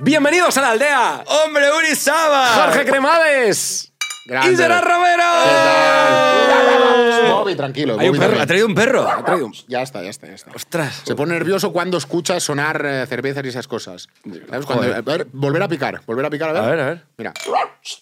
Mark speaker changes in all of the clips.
Speaker 1: Bienvenidos a la aldea.
Speaker 2: ¡Hombre, Uri Saba!
Speaker 1: Jorge Cremades.
Speaker 2: ¡Y Gerard
Speaker 3: tal?
Speaker 2: Romero!
Speaker 3: Bobby, tranquilo.
Speaker 2: Hay un
Speaker 3: Bobby,
Speaker 2: perro.
Speaker 3: tranquilo.
Speaker 2: ¿Ha traído un perro?
Speaker 1: Ha traído un-
Speaker 3: Ya está, ya está, ya está.
Speaker 2: ¡Ostras!
Speaker 3: Se pone nervioso cuando escuchas sonar eh, cervezas y esas cosas. ¿Sabes? Cuando- a ver, volver a picar, volver a picar, a ver.
Speaker 2: A ver, a ver.
Speaker 3: Mira.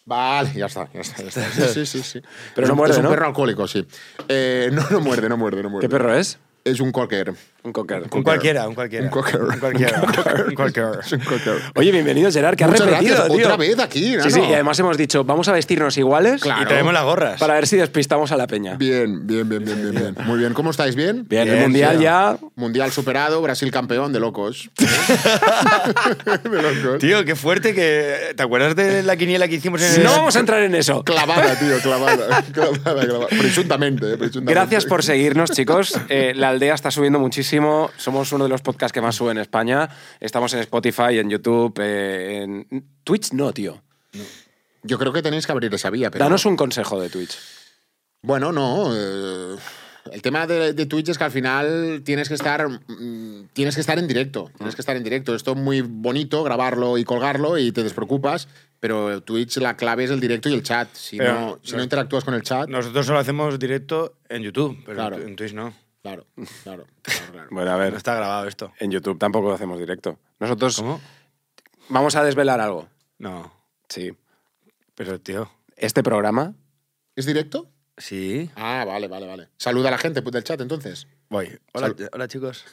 Speaker 3: Vale, ya está, ya está, ya está. Sí, sí, sí. sí.
Speaker 1: Pero
Speaker 3: Es
Speaker 1: no
Speaker 3: un-
Speaker 1: muerde,
Speaker 3: Es un
Speaker 1: ¿no?
Speaker 3: perro alcohólico, sí. Eh, no, no muerde, no muerde, no muerde.
Speaker 1: ¿Qué perro es?
Speaker 3: Es un cocker.
Speaker 1: Un cocker.
Speaker 2: Un cualquiera, un cualquiera.
Speaker 3: Un cocker.
Speaker 2: Un cualquiera.
Speaker 3: Un cocker.
Speaker 2: Un cualquiera.
Speaker 3: Es un cocker.
Speaker 1: Oye, bienvenido, Gerard, que has
Speaker 3: Muchas
Speaker 1: repetido,
Speaker 3: gracias.
Speaker 1: tío.
Speaker 3: Otra vez aquí,
Speaker 1: Sí,
Speaker 3: nano.
Speaker 1: sí, y además hemos dicho, vamos a vestirnos iguales
Speaker 3: Claro.
Speaker 2: Y traemos las gorras.
Speaker 1: para ver si despistamos a la peña.
Speaker 3: Bien, bien, bien, bien, bien, bien. Muy bien, ¿cómo estáis? ¿Bien?
Speaker 1: Bien, el
Speaker 2: Bien,
Speaker 1: mundial
Speaker 2: tío.
Speaker 1: ya.
Speaker 3: Mundial superado, Brasil campeón, de locos. de locos.
Speaker 2: Tío, qué fuerte que... ¿Te acuerdas de la quiniela que hicimos en el...
Speaker 1: No vamos a entrar en eso.
Speaker 3: Clavada, tío, clavada. Clavada, clavada. Presuntamente, eh, presuntamente.
Speaker 1: Gracias por seguirnos, chicos. Eh, la aldea está subiendo muchísimo. Somos uno de los podcasts que más sube en España. Estamos en Spotify, en YouTube, eh, en Twitch no, tío.
Speaker 3: Yo creo que tenéis que abrir esa vía, pero.
Speaker 1: Danos un consejo de Twitch.
Speaker 3: Bueno, no. eh, El tema de, de Twitch es que al final tienes que estar, mm, tienes que estar en directo, tienes que estar en directo. Esto es muy bonito grabarlo y colgarlo y te despreocupas, pero Twitch la clave es el directo y el chat. Si,
Speaker 2: Pero-
Speaker 3: no, si no interactúas con el chat,
Speaker 2: Nosotros solo hacemos directo en YouTube, pero
Speaker 3: Claro.
Speaker 2: en Twitch no.
Speaker 3: claro, claro, claro, claro.
Speaker 1: Bueno, a
Speaker 2: No está grabado esto.
Speaker 1: en YouTube tampoco hacemos directo. Nosotros
Speaker 2: ¿Cómo?
Speaker 1: vamos a desvelar algo.
Speaker 2: No.
Speaker 1: Sí.
Speaker 2: Pero, tío...
Speaker 1: Este programa
Speaker 3: ¿Es directo?
Speaker 2: Sí.
Speaker 3: Ah, vale, vale, vale. Saluda a la gente pues, del chat entonces.
Speaker 2: Voy. Hola, hola chicos.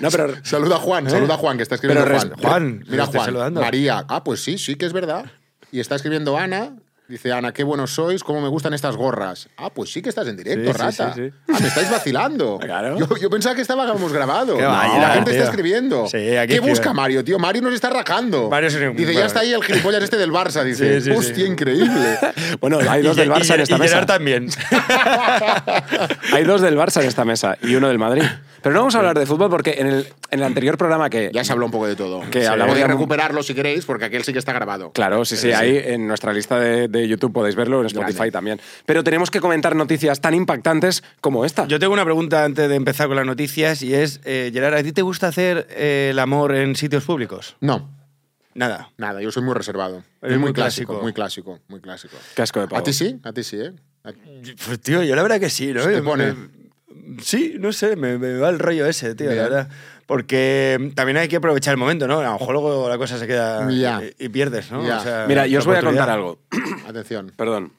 Speaker 1: No, pero
Speaker 3: Saluda a Juan, saluda a Juan, que está escribiendo
Speaker 1: Pero res-
Speaker 3: Juan.
Speaker 2: ¿Eh? Juan,
Speaker 3: mira
Speaker 2: lo estoy
Speaker 3: Juan,
Speaker 2: saludando.
Speaker 3: María. Ah, pues sí, sí que es verdad. Y está escribiendo Ana. Dice, Ana, qué buenos sois, cómo me gustan estas gorras. Ah, pues sí que estás en directo,
Speaker 2: Sí, sí,
Speaker 3: rata.
Speaker 2: sí, sí.
Speaker 3: Ah, me estáis vacilando.
Speaker 1: Claro.
Speaker 3: Yo, yo pensaba que estábamos grabado.
Speaker 2: Qué
Speaker 3: No,
Speaker 2: vaya,
Speaker 3: la gente
Speaker 2: tío.
Speaker 3: está escribiendo.
Speaker 2: Sí, hay que
Speaker 3: ¿Qué busca
Speaker 2: escribir.
Speaker 3: Mario, tío? Mario nos está rajando.
Speaker 2: Mario es un-
Speaker 3: Dice,
Speaker 2: bueno.
Speaker 3: ya está ahí el gilipollas este del Barça. Dice,
Speaker 2: Sí, sí, sí.
Speaker 3: hostia, increíble.
Speaker 1: bueno, hay dos
Speaker 2: Y-
Speaker 1: del
Speaker 2: y-
Speaker 1: Barça en
Speaker 2: y-
Speaker 1: esta
Speaker 2: y Gerard
Speaker 1: mesa.
Speaker 2: también.
Speaker 1: Hay dos del Barça en esta mesa y uno del Madrid. Pero no vamos a hablar de fútbol porque en el, en el anterior programa que...
Speaker 3: Ya se habló un poco de todo.
Speaker 1: Que
Speaker 3: Sí.
Speaker 1: hablamos
Speaker 3: Podéis
Speaker 1: de-
Speaker 3: recuperarlo si queréis, porque aquel sí que está grabado.
Speaker 1: Claro, sí, sí, ahí en nuestra lista de, de YouTube podéis verlo, en Spotify
Speaker 3: Grande.
Speaker 1: también. Pero tenemos que comentar noticias tan impactantes como esta.
Speaker 2: Yo tengo una pregunta antes de empezar con las noticias y es, eh, Gerard, ¿a ti te gusta hacer eh, el amor en sitios públicos?
Speaker 3: No.
Speaker 2: Nada.
Speaker 3: Nada, yo soy muy reservado.
Speaker 2: Eres
Speaker 3: Soy muy
Speaker 2: muy
Speaker 3: clásico,
Speaker 2: clásico.
Speaker 3: muy clásico, muy clásico.
Speaker 1: Casco de pavo.
Speaker 3: ¿A ti sí? ¿A ti sí, eh? A-
Speaker 2: Pues tío, yo la verdad que sí, ¿no?
Speaker 3: Se te
Speaker 2: Me-
Speaker 3: pone.
Speaker 2: me- sí, no sé, me, me va el rollo ese, tío,
Speaker 3: Bien.
Speaker 2: la verdad. Porque mm, también hay que aprovechar el momento, ¿no? A lo mejor luego la cosa se queda
Speaker 3: Ya.
Speaker 2: y, y pierdes, ¿no?
Speaker 3: Ya.
Speaker 1: Mira, yo os
Speaker 2: la
Speaker 1: voy a
Speaker 2: oportunidad.
Speaker 1: contar algo.
Speaker 3: Atención.
Speaker 1: Perdón.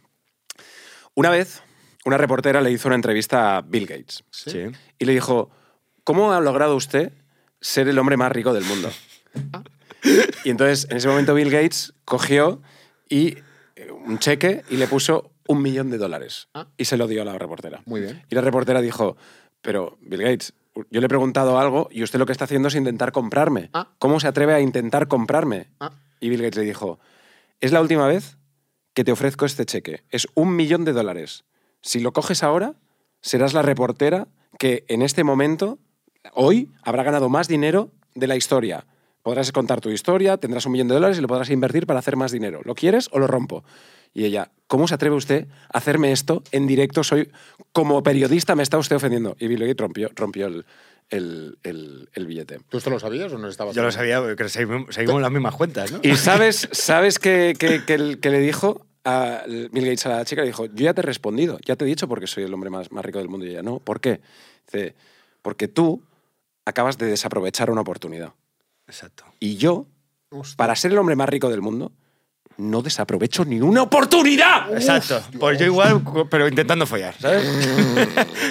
Speaker 1: Una vez, una reportera le hizo una entrevista a Bill Gates
Speaker 2: Sí.
Speaker 1: y le dijo, ¿cómo ha logrado usted ser el hombre más rico del mundo? Y entonces, en ese momento, Bill Gates cogió y eh, un cheque y le puso un millón de dólares
Speaker 3: Ah.
Speaker 1: y se lo dio a la reportera.
Speaker 3: Muy bien.
Speaker 1: Y la reportera dijo, pero Bill Gates, yo le he preguntado algo y usted lo que está haciendo es intentar comprarme.
Speaker 3: Ah.
Speaker 1: ¿Cómo se atreve a intentar comprarme?
Speaker 3: Ah.
Speaker 1: Y Bill Gates le dijo, es la última vez que te ofrezco este cheque. Es un millón de dólares. Si lo coges ahora, serás la reportera que en este momento, hoy, habrá ganado más dinero de la historia. Podrás contar tu historia, tendrás un millón de dólares y lo podrás invertir para hacer más dinero. ¿Lo quieres o lo rompo? Y ella, ¿cómo se atreve usted a hacerme esto en directo? Soy como periodista, me está usted ofendiendo. Y Bill Gates rompió, rompió el, el- el- el billete.
Speaker 3: ¿Tú esto lo sabías o no estabas?
Speaker 2: Yo lo sabía, porque segui- seguimos las mismas cuentas, ¿no?
Speaker 1: ¿Y sabes, sabes que, que- que el- que le dijo a Bill Gates a la chica? Le dijo, yo ya te he respondido, ya te he dicho porque soy el hombre más, más rico del mundo. Y ella, no, ¿por qué? Dice, porque tú acabas de desaprovechar una oportunidad.
Speaker 2: Exacto.
Speaker 1: Y yo,
Speaker 3: Hostia.
Speaker 1: para ser el hombre más rico del mundo, no desaprovecho ninguna oportunidad.
Speaker 2: Exacto. pues yo igual, cu- pero intentando follar, ¿sabes?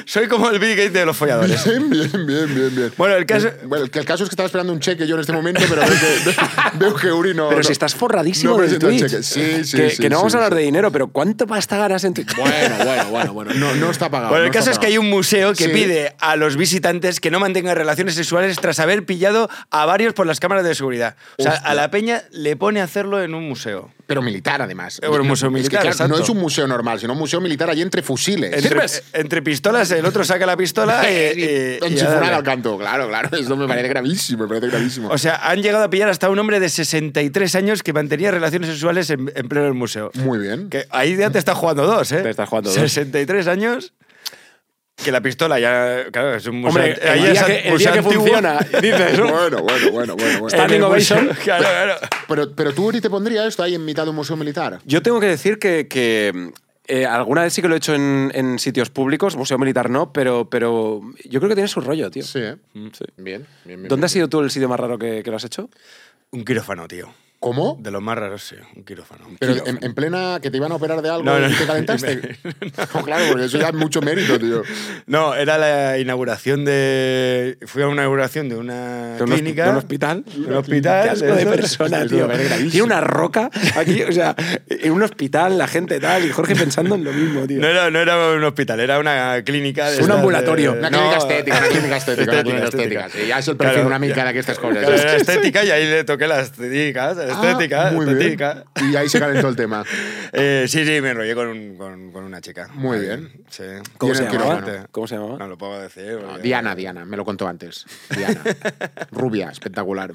Speaker 2: Soy como el Bill Gates de los folladores.
Speaker 3: Bien, bien, bien, bien, bien.
Speaker 2: Bueno, el caso-
Speaker 3: Bueno, que el caso es que estaba esperando un cheque yo en este momento, pero veo que, veo que Uri no.
Speaker 1: Pero si
Speaker 3: no-
Speaker 1: estás forradísimo
Speaker 3: no
Speaker 1: del
Speaker 3: presenta el
Speaker 1: Twitch.
Speaker 3: cheque. Sí, sí,
Speaker 1: que,
Speaker 3: sí,
Speaker 1: que no
Speaker 3: sí,
Speaker 1: vamos a hablar
Speaker 3: sí.
Speaker 1: de dinero, pero ¿cuánto pasta ganas en Twitch?
Speaker 3: Bueno, bueno, bueno, bueno. No, no está pagado.
Speaker 2: Bueno, el
Speaker 3: no está
Speaker 2: caso es que hay
Speaker 3: pagado.
Speaker 2: un museo que
Speaker 3: Sí.
Speaker 2: pide a los visitantes que no mantengan relaciones sexuales tras haber pillado a varios por las cámaras de seguridad. O sea, a la peña le pone a hacerlo en un museo.
Speaker 3: Pero militar, además.
Speaker 2: Eh, bueno, museo
Speaker 3: Es que,
Speaker 2: militar,
Speaker 3: claro,
Speaker 2: exacto.
Speaker 3: no es un museo normal, sino un museo militar allí entre fusiles.
Speaker 2: Entre, entre pistolas, el otro saca la pistola y... y- eh, y a
Speaker 3: Enchifurar
Speaker 2: darle.
Speaker 3: al canto. Claro, claro. Eso me parece gravísimo, me parece gravísimo.
Speaker 2: o sea, han llegado a pillar hasta un hombre de 63 años que mantenía relaciones sexuales en, en pleno el museo.
Speaker 3: Muy bien.
Speaker 2: Que ahí ya te estás jugando dos, ¿eh?
Speaker 1: Te estás jugando dos.
Speaker 2: 63 años. Que la pistola ya. Claro, es un museo.
Speaker 1: Hombre,
Speaker 2: ant-
Speaker 1: el
Speaker 2: ahí
Speaker 1: día
Speaker 2: es
Speaker 1: que-
Speaker 2: ant-
Speaker 1: el día
Speaker 2: museo
Speaker 1: que
Speaker 2: antiguo.
Speaker 1: funciona, dices, ¿no?
Speaker 3: Bueno, bueno, bueno, bueno. bueno.
Speaker 1: Está-
Speaker 2: En
Speaker 1: Standing
Speaker 2: el museo-
Speaker 1: ovation.
Speaker 2: Claro, claro.
Speaker 3: Pero, pero tú, Uri, te pondría esto ahí en mitad de un museo militar.
Speaker 1: Yo tengo que decir que, que, eh, alguna vez sí que lo he hecho en, en sitios públicos, museo militar no, pero, pero yo creo que tiene su rollo, tío.
Speaker 3: Sí, ¿eh?
Speaker 2: Mm,
Speaker 1: Sí.
Speaker 3: Bien, bien, bien.
Speaker 1: ¿Dónde
Speaker 3: bien.
Speaker 1: has sido tú el sitio más raro que, que lo has hecho?
Speaker 2: Un quirófano, tío.
Speaker 3: ¿Cómo?
Speaker 2: De los más raros, sí. Un quirófano.
Speaker 3: Pero en, en plena que te iban a operar de algo
Speaker 2: No, no,
Speaker 3: y te
Speaker 2: no.
Speaker 3: calentaste. No, claro, porque eso ya es mucho mérito, tío.
Speaker 2: No, era la inauguración de. Fui a una inauguración de una
Speaker 1: ¿De un hospi-
Speaker 2: clínica.
Speaker 1: de un hospital?
Speaker 2: De un hospital.
Speaker 1: Qué asco de
Speaker 2: eso.
Speaker 1: persona,
Speaker 3: Esto
Speaker 1: tío.
Speaker 3: me parece gravísimo.
Speaker 1: Tiene una roca aquí, o sea, en un hospital, la gente tal, y Jorge pensando en lo mismo, tío.
Speaker 2: No era, no era un hospital, era una clínica.
Speaker 1: Un
Speaker 2: estas
Speaker 1: ambulatorio.
Speaker 3: Una
Speaker 2: no,
Speaker 3: clínica estética, una clínica estética, una clínica
Speaker 2: estética.
Speaker 3: estética. Sí, ya es el perfil de
Speaker 2: Claro,
Speaker 3: una mica
Speaker 2: ya.
Speaker 3: de que estas cosas.
Speaker 2: Claro, era estética y ahí le toqué las estéticas,
Speaker 3: Ah,
Speaker 2: estética,
Speaker 3: muy bien.
Speaker 2: estética.
Speaker 3: Y ahí se calentó el tema.
Speaker 2: Eh, sí, sí, me enrollé con, un- con, con una chica.
Speaker 3: Muy bien.
Speaker 2: Sí.
Speaker 1: ¿Cómo
Speaker 3: Y
Speaker 1: se
Speaker 3: en el
Speaker 1: llamaba?
Speaker 3: quirófano.
Speaker 1: ¿Cómo se llamaba?
Speaker 2: No lo puedo decir.
Speaker 3: No,
Speaker 2: porque-
Speaker 3: Ah, Diana, Diana, me lo contó antes. Diana. Rubia, espectacular.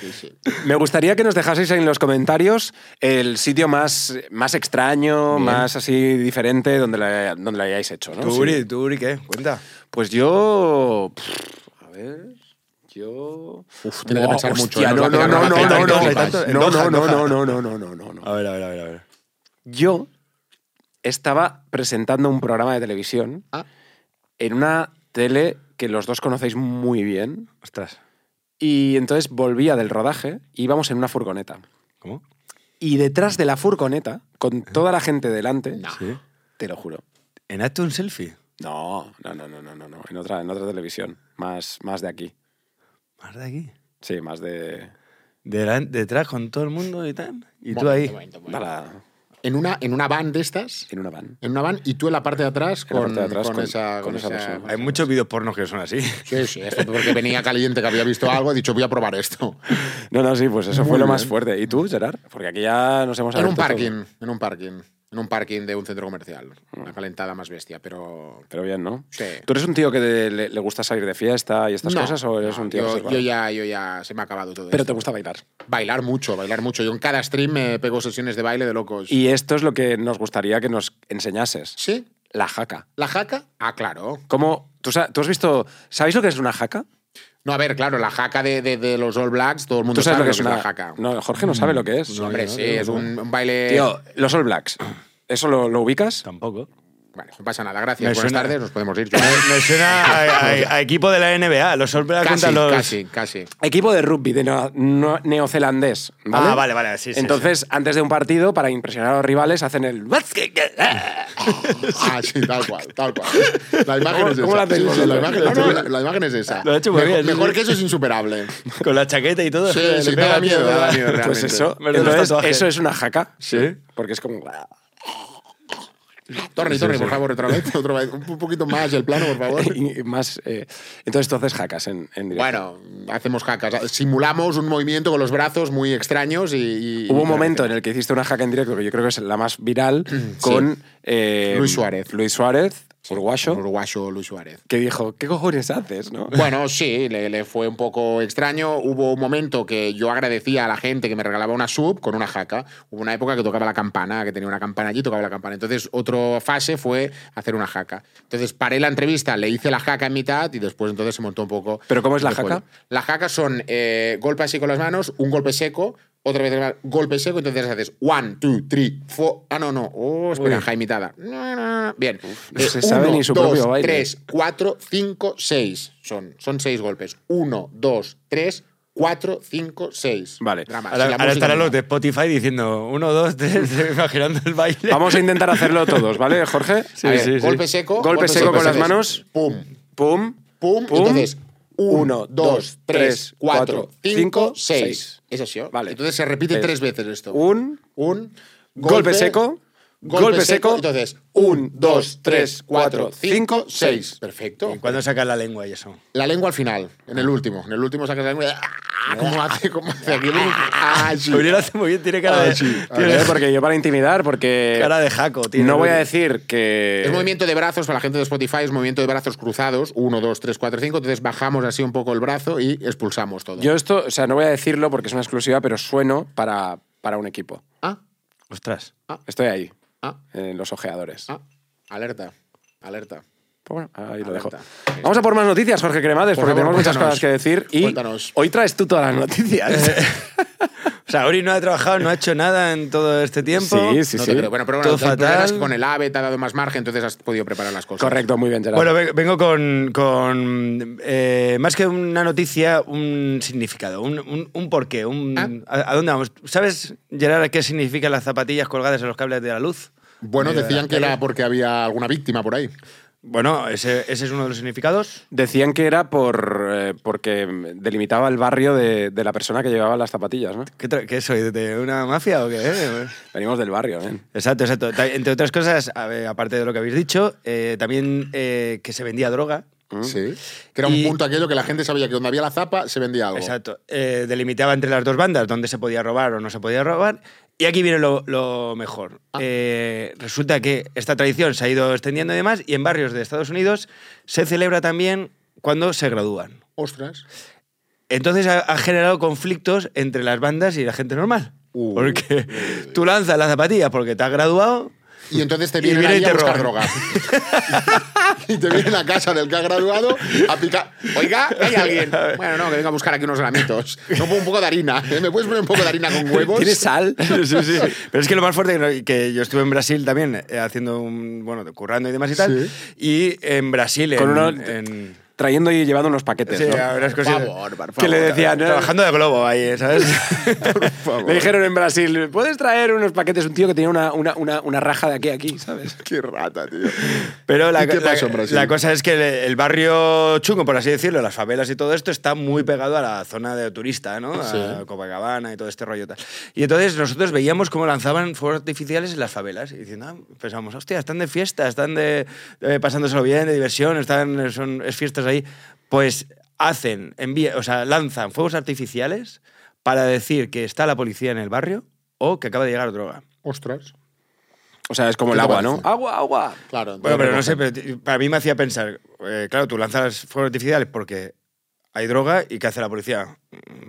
Speaker 3: Sí, sí.
Speaker 1: Me gustaría que nos dejaseis en los comentarios el sitio más, más extraño, más así diferente donde la, donde la hayáis hecho, ¿no?
Speaker 2: ¿Tú,
Speaker 1: Sí.
Speaker 2: Uri, tú, Uri, qué? Cuenta.
Speaker 1: Pues yo. pff, A ver. Yo.
Speaker 3: Uf, tiene que
Speaker 1: Buah,
Speaker 3: pensar mucho,
Speaker 1: hostia,
Speaker 3: ¿eh? Nos va
Speaker 1: No, no, no,
Speaker 3: a pegar una
Speaker 1: no, no,
Speaker 3: pena,
Speaker 1: no,
Speaker 3: hay
Speaker 1: no,
Speaker 3: tantos,
Speaker 2: hay
Speaker 1: no, no,
Speaker 2: tantos.
Speaker 1: no, no, no, no, no, no, no.
Speaker 2: A ver, a ver, a ver. A ver.
Speaker 1: Yo estaba presentando un programa de televisión
Speaker 3: Ah.
Speaker 1: en una tele que los dos conocéis muy bien.
Speaker 2: Ostras.
Speaker 1: Y entonces volvía del rodaje y íbamos en una furgoneta.
Speaker 2: ¿Cómo?
Speaker 1: Y detrás de la furgoneta,
Speaker 3: Eh.
Speaker 1: con toda la gente delante,
Speaker 3: No.
Speaker 2: Sí.
Speaker 1: te lo juro.
Speaker 2: ¿En acto un selfie?
Speaker 1: No, no, no, no, no, no, no. En otra, en otra televisión. Más, más de aquí.
Speaker 2: Más de aquí.
Speaker 1: Sí, más de.
Speaker 2: Delan- detrás con todo el mundo y tal. Y tú
Speaker 3: Momento,
Speaker 2: ahí.
Speaker 3: momento, momento.
Speaker 1: Nada,
Speaker 3: En una, en una van de estas,
Speaker 1: en una van.
Speaker 3: en una van, y tú en la parte de atrás
Speaker 1: En la
Speaker 3: con,
Speaker 1: parte de atrás
Speaker 3: con
Speaker 1: con-
Speaker 3: esa,
Speaker 1: con esa persona.
Speaker 2: Hay muchos vídeos pornos que son así.
Speaker 3: Sí, sí, esto porque venía caliente que había visto algo, he dicho, voy a probar esto.
Speaker 1: No, no, sí, pues eso fue
Speaker 3: Muy
Speaker 1: lo más
Speaker 3: bien.
Speaker 1: fuerte. ¿Y tú, Gerard? Porque aquí ya nos hemos
Speaker 3: En un
Speaker 1: abierto todo.
Speaker 3: parking, en un parking, en un parking de un centro comercial.
Speaker 1: Mm.
Speaker 3: Una calentada más bestia, pero...
Speaker 1: Pero bien, ¿no?
Speaker 3: Sí.
Speaker 1: ¿Tú eres un tío que te- le, le gusta salir de fiesta y estas
Speaker 3: No,
Speaker 1: cosas o eres
Speaker 3: no,
Speaker 1: un tío
Speaker 3: yo,
Speaker 1: reservado?
Speaker 3: yo ya, yo ya se me ha acabado todo
Speaker 1: Pero te
Speaker 3: esto.
Speaker 1: gusta bailar.
Speaker 3: Bailar mucho, bailar mucho. Yo en cada stream me pego sesiones de baile de locos.
Speaker 1: Y esto es lo que nos gustaría que nos enseñases.
Speaker 3: ¿Sí?
Speaker 1: La jaca.
Speaker 3: ¿La jaca? Ah, claro.
Speaker 1: ¿Cómo? ¿Tú, sa- tú has visto... ¿Sabéis lo que es una jaca?
Speaker 3: No, a ver, claro, la jaca de, de- de los All Blacks, todo el mundo
Speaker 1: ¿Tú
Speaker 3: sabe
Speaker 1: sabes
Speaker 3: lo que es
Speaker 1: una
Speaker 3: la jaca. Mm,
Speaker 1: No, Jorge no sabe lo que es.
Speaker 3: No, hombre, sí, es un, un baile...
Speaker 1: Tío, los All Blacks. ¿Eso lo, lo ubicas?
Speaker 2: Tampoco.
Speaker 3: Vale, no pasa nada, gracias.
Speaker 2: Me
Speaker 3: Buenas
Speaker 2: suena-
Speaker 3: tardes, nos podemos ir.
Speaker 2: Me, me suena a, a- a equipo de la NBA. Los sorprende
Speaker 3: casi,
Speaker 2: contra los.
Speaker 3: casi, casi.
Speaker 1: Equipo de rugby de neo- no- neozelandés. ¿vale?
Speaker 2: Ah, vale, vale, sí, sí,
Speaker 1: Entonces, antes de un partido, para impresionar a los rivales, hacen el.
Speaker 3: Ah, sí, tal cual, tal cual. La imagen
Speaker 1: ¿Cómo-
Speaker 3: es
Speaker 1: cómo
Speaker 3: esa.
Speaker 1: la hacéis
Speaker 3: Sí, sí, la,
Speaker 1: vosotros?
Speaker 3: imagen,
Speaker 1: No, no,
Speaker 3: la- la imagen es esa.
Speaker 2: Lo ha hecho muy
Speaker 3: mejor,
Speaker 2: bien, sí,
Speaker 3: mejor
Speaker 2: sí.
Speaker 3: que eso es insuperable.
Speaker 2: Con la chaqueta y todo.
Speaker 3: Sí,
Speaker 2: le
Speaker 3: sí,
Speaker 2: pega
Speaker 3: daba
Speaker 2: al tío,
Speaker 3: miedo,
Speaker 2: le da-
Speaker 3: daba miedo.
Speaker 1: Pues
Speaker 3: Realmente.
Speaker 1: eso.
Speaker 2: Me lo
Speaker 1: Entonces,
Speaker 2: tatuaje.
Speaker 1: eso es una jaca.
Speaker 2: Sí.
Speaker 1: Porque es como.
Speaker 3: Torni, Torni, por favor, otra vez, otra vez. Un poquito más el plano, por favor.
Speaker 1: y más, eh, entonces tú haces jacas en, en directo.
Speaker 3: Bueno, hacemos jacas. Simulamos un movimiento con los brazos muy extraños y. y-
Speaker 1: Hubo un momento en el que hiciste una jaca en directo que yo creo que es la más viral con eh,
Speaker 3: Luis Suárez.
Speaker 1: Luis Suárez, uruguayo,
Speaker 3: Un uruguayo Luis Suárez.
Speaker 1: que dijo, ¿qué cojones haces? ¿no?
Speaker 3: Bueno, sí, le, le fue un poco extraño. Hubo un momento que yo agradecía a la gente que me regalaba una sub con una jaca. Hubo una época que tocaba la campana, que tenía una campana allí, tocaba la campana. Entonces, otra fase fue hacer una jaca. Entonces, paré la entrevista, le hice la jaca en mitad y después entonces se montó un poco.
Speaker 1: ¿Pero cómo es la
Speaker 3: de
Speaker 1: jaca?
Speaker 3: pollo. La jaca son eh, golpe así con las manos, un golpe seco, otra vez la- golpe seco, entonces haces one, two, three, four. Ah, no, no. Oh, espera,
Speaker 1: Uy.
Speaker 3: ja imitada. Bien.
Speaker 1: no
Speaker 3: Eh,
Speaker 1: se sabe ni su
Speaker 3: dos,
Speaker 1: propio baile.
Speaker 3: tres, 4, 5, 6. Son, son 6 golpes. 1, 2, 3, 4, 5, 6.
Speaker 1: Vale.
Speaker 2: Ahora, ahora estarán los de Spotify diciendo uno, dos, tres, imaginando el baile.
Speaker 1: Vamos a intentar hacerlo todos, ¿vale, Jorge?
Speaker 2: Sí, sí, sí.
Speaker 3: golpe seco.
Speaker 1: Golpe seco con las manos.
Speaker 3: Pum.
Speaker 1: Pum,
Speaker 3: Pum.
Speaker 1: pum.
Speaker 3: Entonces, 1,
Speaker 1: Uno,
Speaker 3: 2,
Speaker 1: dos,
Speaker 3: 3,
Speaker 1: tres,
Speaker 3: 4,
Speaker 1: cuatro,
Speaker 3: 5,
Speaker 1: cinco,
Speaker 3: 6.
Speaker 1: seis.
Speaker 3: Eso sí. ¿o?
Speaker 1: Vale.
Speaker 3: Entonces se repite
Speaker 1: Es
Speaker 3: tres veces esto.
Speaker 1: un
Speaker 3: Un
Speaker 1: golpe, seco, golpe, seco.
Speaker 3: Entonces,
Speaker 1: un,
Speaker 3: 1, 2, 3, 4, 5, 6.
Speaker 1: seis.
Speaker 3: Perfecto.
Speaker 2: ¿Cuándo sacan la lengua y eso?
Speaker 3: La lengua al final, en el último. En el último sacas la lengua y... ¡Ah! ¿Cómo hace? ¿Cómo hace? Aquí el último- ¡Ah, sí!
Speaker 2: Uri lo hace muy bien, tiene cara
Speaker 3: Ah,
Speaker 2: de.
Speaker 3: sí.
Speaker 2: tiene
Speaker 3: A
Speaker 1: Eh, Porque yo para intimidar, porque
Speaker 2: cara de jaco, tío.
Speaker 1: no voy a decir que...
Speaker 3: Es movimiento de brazos, para la gente de Spotify, es movimiento de brazos cruzados. Uno, dos, tres, cuatro, cinco. Entonces bajamos así un poco el brazo y expulsamos todo.
Speaker 1: Yo esto, o sea, no voy a decirlo porque es una exclusiva, pero sueno para, para un equipo.
Speaker 3: Ah,
Speaker 2: Ostras.
Speaker 1: Estoy ahí,
Speaker 3: ah,
Speaker 1: en los ojeadores.
Speaker 3: ah. Alerta, alerta.
Speaker 1: Pero bueno, ahí lo dejo.
Speaker 3: Alerta.
Speaker 1: Vamos a por más noticias, Jorge Cremades,
Speaker 3: Por
Speaker 1: porque tenemos
Speaker 3: favor,
Speaker 1: muchas cosas
Speaker 3: cuéntanos.
Speaker 1: que decir. Y
Speaker 3: Cuéntanos.
Speaker 1: hoy traes tú todas las noticias.
Speaker 2: O sea, Ori no ha trabajado, no ha hecho nada en todo este tiempo.
Speaker 1: Sí, sí,
Speaker 3: no
Speaker 1: sí.
Speaker 3: te creo. Bueno, pero bueno,
Speaker 2: Todo
Speaker 3: el problema es
Speaker 2: fatal.
Speaker 3: que con el AVE te ha dado más margen, entonces has podido preparar las cosas.
Speaker 1: Correcto, muy bien, Gerard.
Speaker 2: Bueno, ve- vengo con, con, eh, más que una noticia, un significado, un, un- un porqué. Un, a, a dónde vamos? ¿Sabes, Gerard, qué significan las zapatillas colgadas en los cables de la luz?
Speaker 3: Bueno, decían que era porque había alguna víctima por ahí.
Speaker 2: Bueno, ese, ese es uno de los significados.
Speaker 1: Decían que era por eh, porque delimitaba el barrio de, de la persona que llevaba las zapatillas, ¿no?
Speaker 2: ¿Qué, tra- qué soy? ¿De una mafia o qué?
Speaker 1: Venimos del barrio, ¿eh?
Speaker 2: Exacto, exacto. Ta- Entre otras cosas, a ver, aparte de lo que habéis dicho, eh, también eh, que se vendía droga.
Speaker 3: Sí. Que era un
Speaker 2: Y-
Speaker 3: punto aquello que la gente sabía que donde había la zapa se vendía algo.
Speaker 2: Exacto. Eh, delimitaba entre las dos bandas dónde se podía robar o no se podía robar. Y aquí viene lo, lo mejor. Eh, resulta que esta tradición se ha ido extendiendo y demás, y en barrios de Estados Unidos se celebra también cuando se gradúan.
Speaker 3: Ostras.
Speaker 2: Entonces ha, ha generado conflictos entre las bandas y la gente normal.
Speaker 3: Uh.
Speaker 2: porque tú lanzas las zapatillas porque te has graduado.
Speaker 3: Y entonces te
Speaker 2: Y
Speaker 3: vienen
Speaker 2: viene
Speaker 3: ahí
Speaker 2: y
Speaker 3: a
Speaker 2: te
Speaker 3: buscar droga.
Speaker 2: roban.
Speaker 3: y te vienen a casa del que ha graduado a picar. Oiga, hay alguien. Bueno, no, que venga a buscar aquí unos gramitos. No pongo un poco de harina. ¿eh? ¿Me puedes poner un poco de harina con huevos?
Speaker 1: ¿Tienes sal?
Speaker 2: Sí, sí. Pero es que lo más fuerte que, que yo estuve en Brasil también eh, haciendo un. Bueno, currando y demás y tal. Y en Brasil.
Speaker 1: Con
Speaker 2: en-
Speaker 1: uno-
Speaker 2: en-
Speaker 1: Trayendo y llevando unos paquetes,
Speaker 2: Sí,
Speaker 1: ¿no?
Speaker 2: a ver, es
Speaker 3: Por
Speaker 2: cosilla.
Speaker 3: favor, por
Speaker 1: Que
Speaker 3: favor.
Speaker 1: le decían, ¿no?
Speaker 2: Trabajando de globo ahí, ¿sabes?
Speaker 1: Le dijeron en Brasil, ¿puedes traer unos paquetes? Un tío que tenía una, una, una, una raja de aquí a aquí, ¿sabes?
Speaker 3: Qué rata, tío.
Speaker 2: Pero la,
Speaker 3: ¿Y qué
Speaker 2: la-
Speaker 3: pasó en Brasil?
Speaker 2: la cosa es que el, el barrio chungo, por así decirlo, las favelas y todo esto, está muy pegado a la zona de turista, ¿no?
Speaker 3: Sí.
Speaker 2: A Copacabana y todo este rollo. y Tal. Y entonces nosotros veíamos cómo lanzaban fuegos artificiales en las favelas. Y diciendo, ah, pensamos, hostia, están de fiesta, están de, de pasándoselo bien, de diversión, están, son es fiestas ahí. Pues hacen, envía, o sea, lanzan fuegos artificiales para decir que está la policía en el barrio o que acaba de llegar droga.
Speaker 3: Ostras.
Speaker 1: O sea, es como el
Speaker 3: ¿Qué te
Speaker 1: agua, ¿no?
Speaker 3: parece?
Speaker 1: ¡Agua, agua!
Speaker 3: Claro.
Speaker 2: Bueno,
Speaker 3: entonces pues,
Speaker 2: pero no sé,
Speaker 3: recogen.
Speaker 2: pero t- para mí me hacía pensar, eh, claro, tú lanzas fuegos artificiales porque hay droga y ¿qué hace la policía?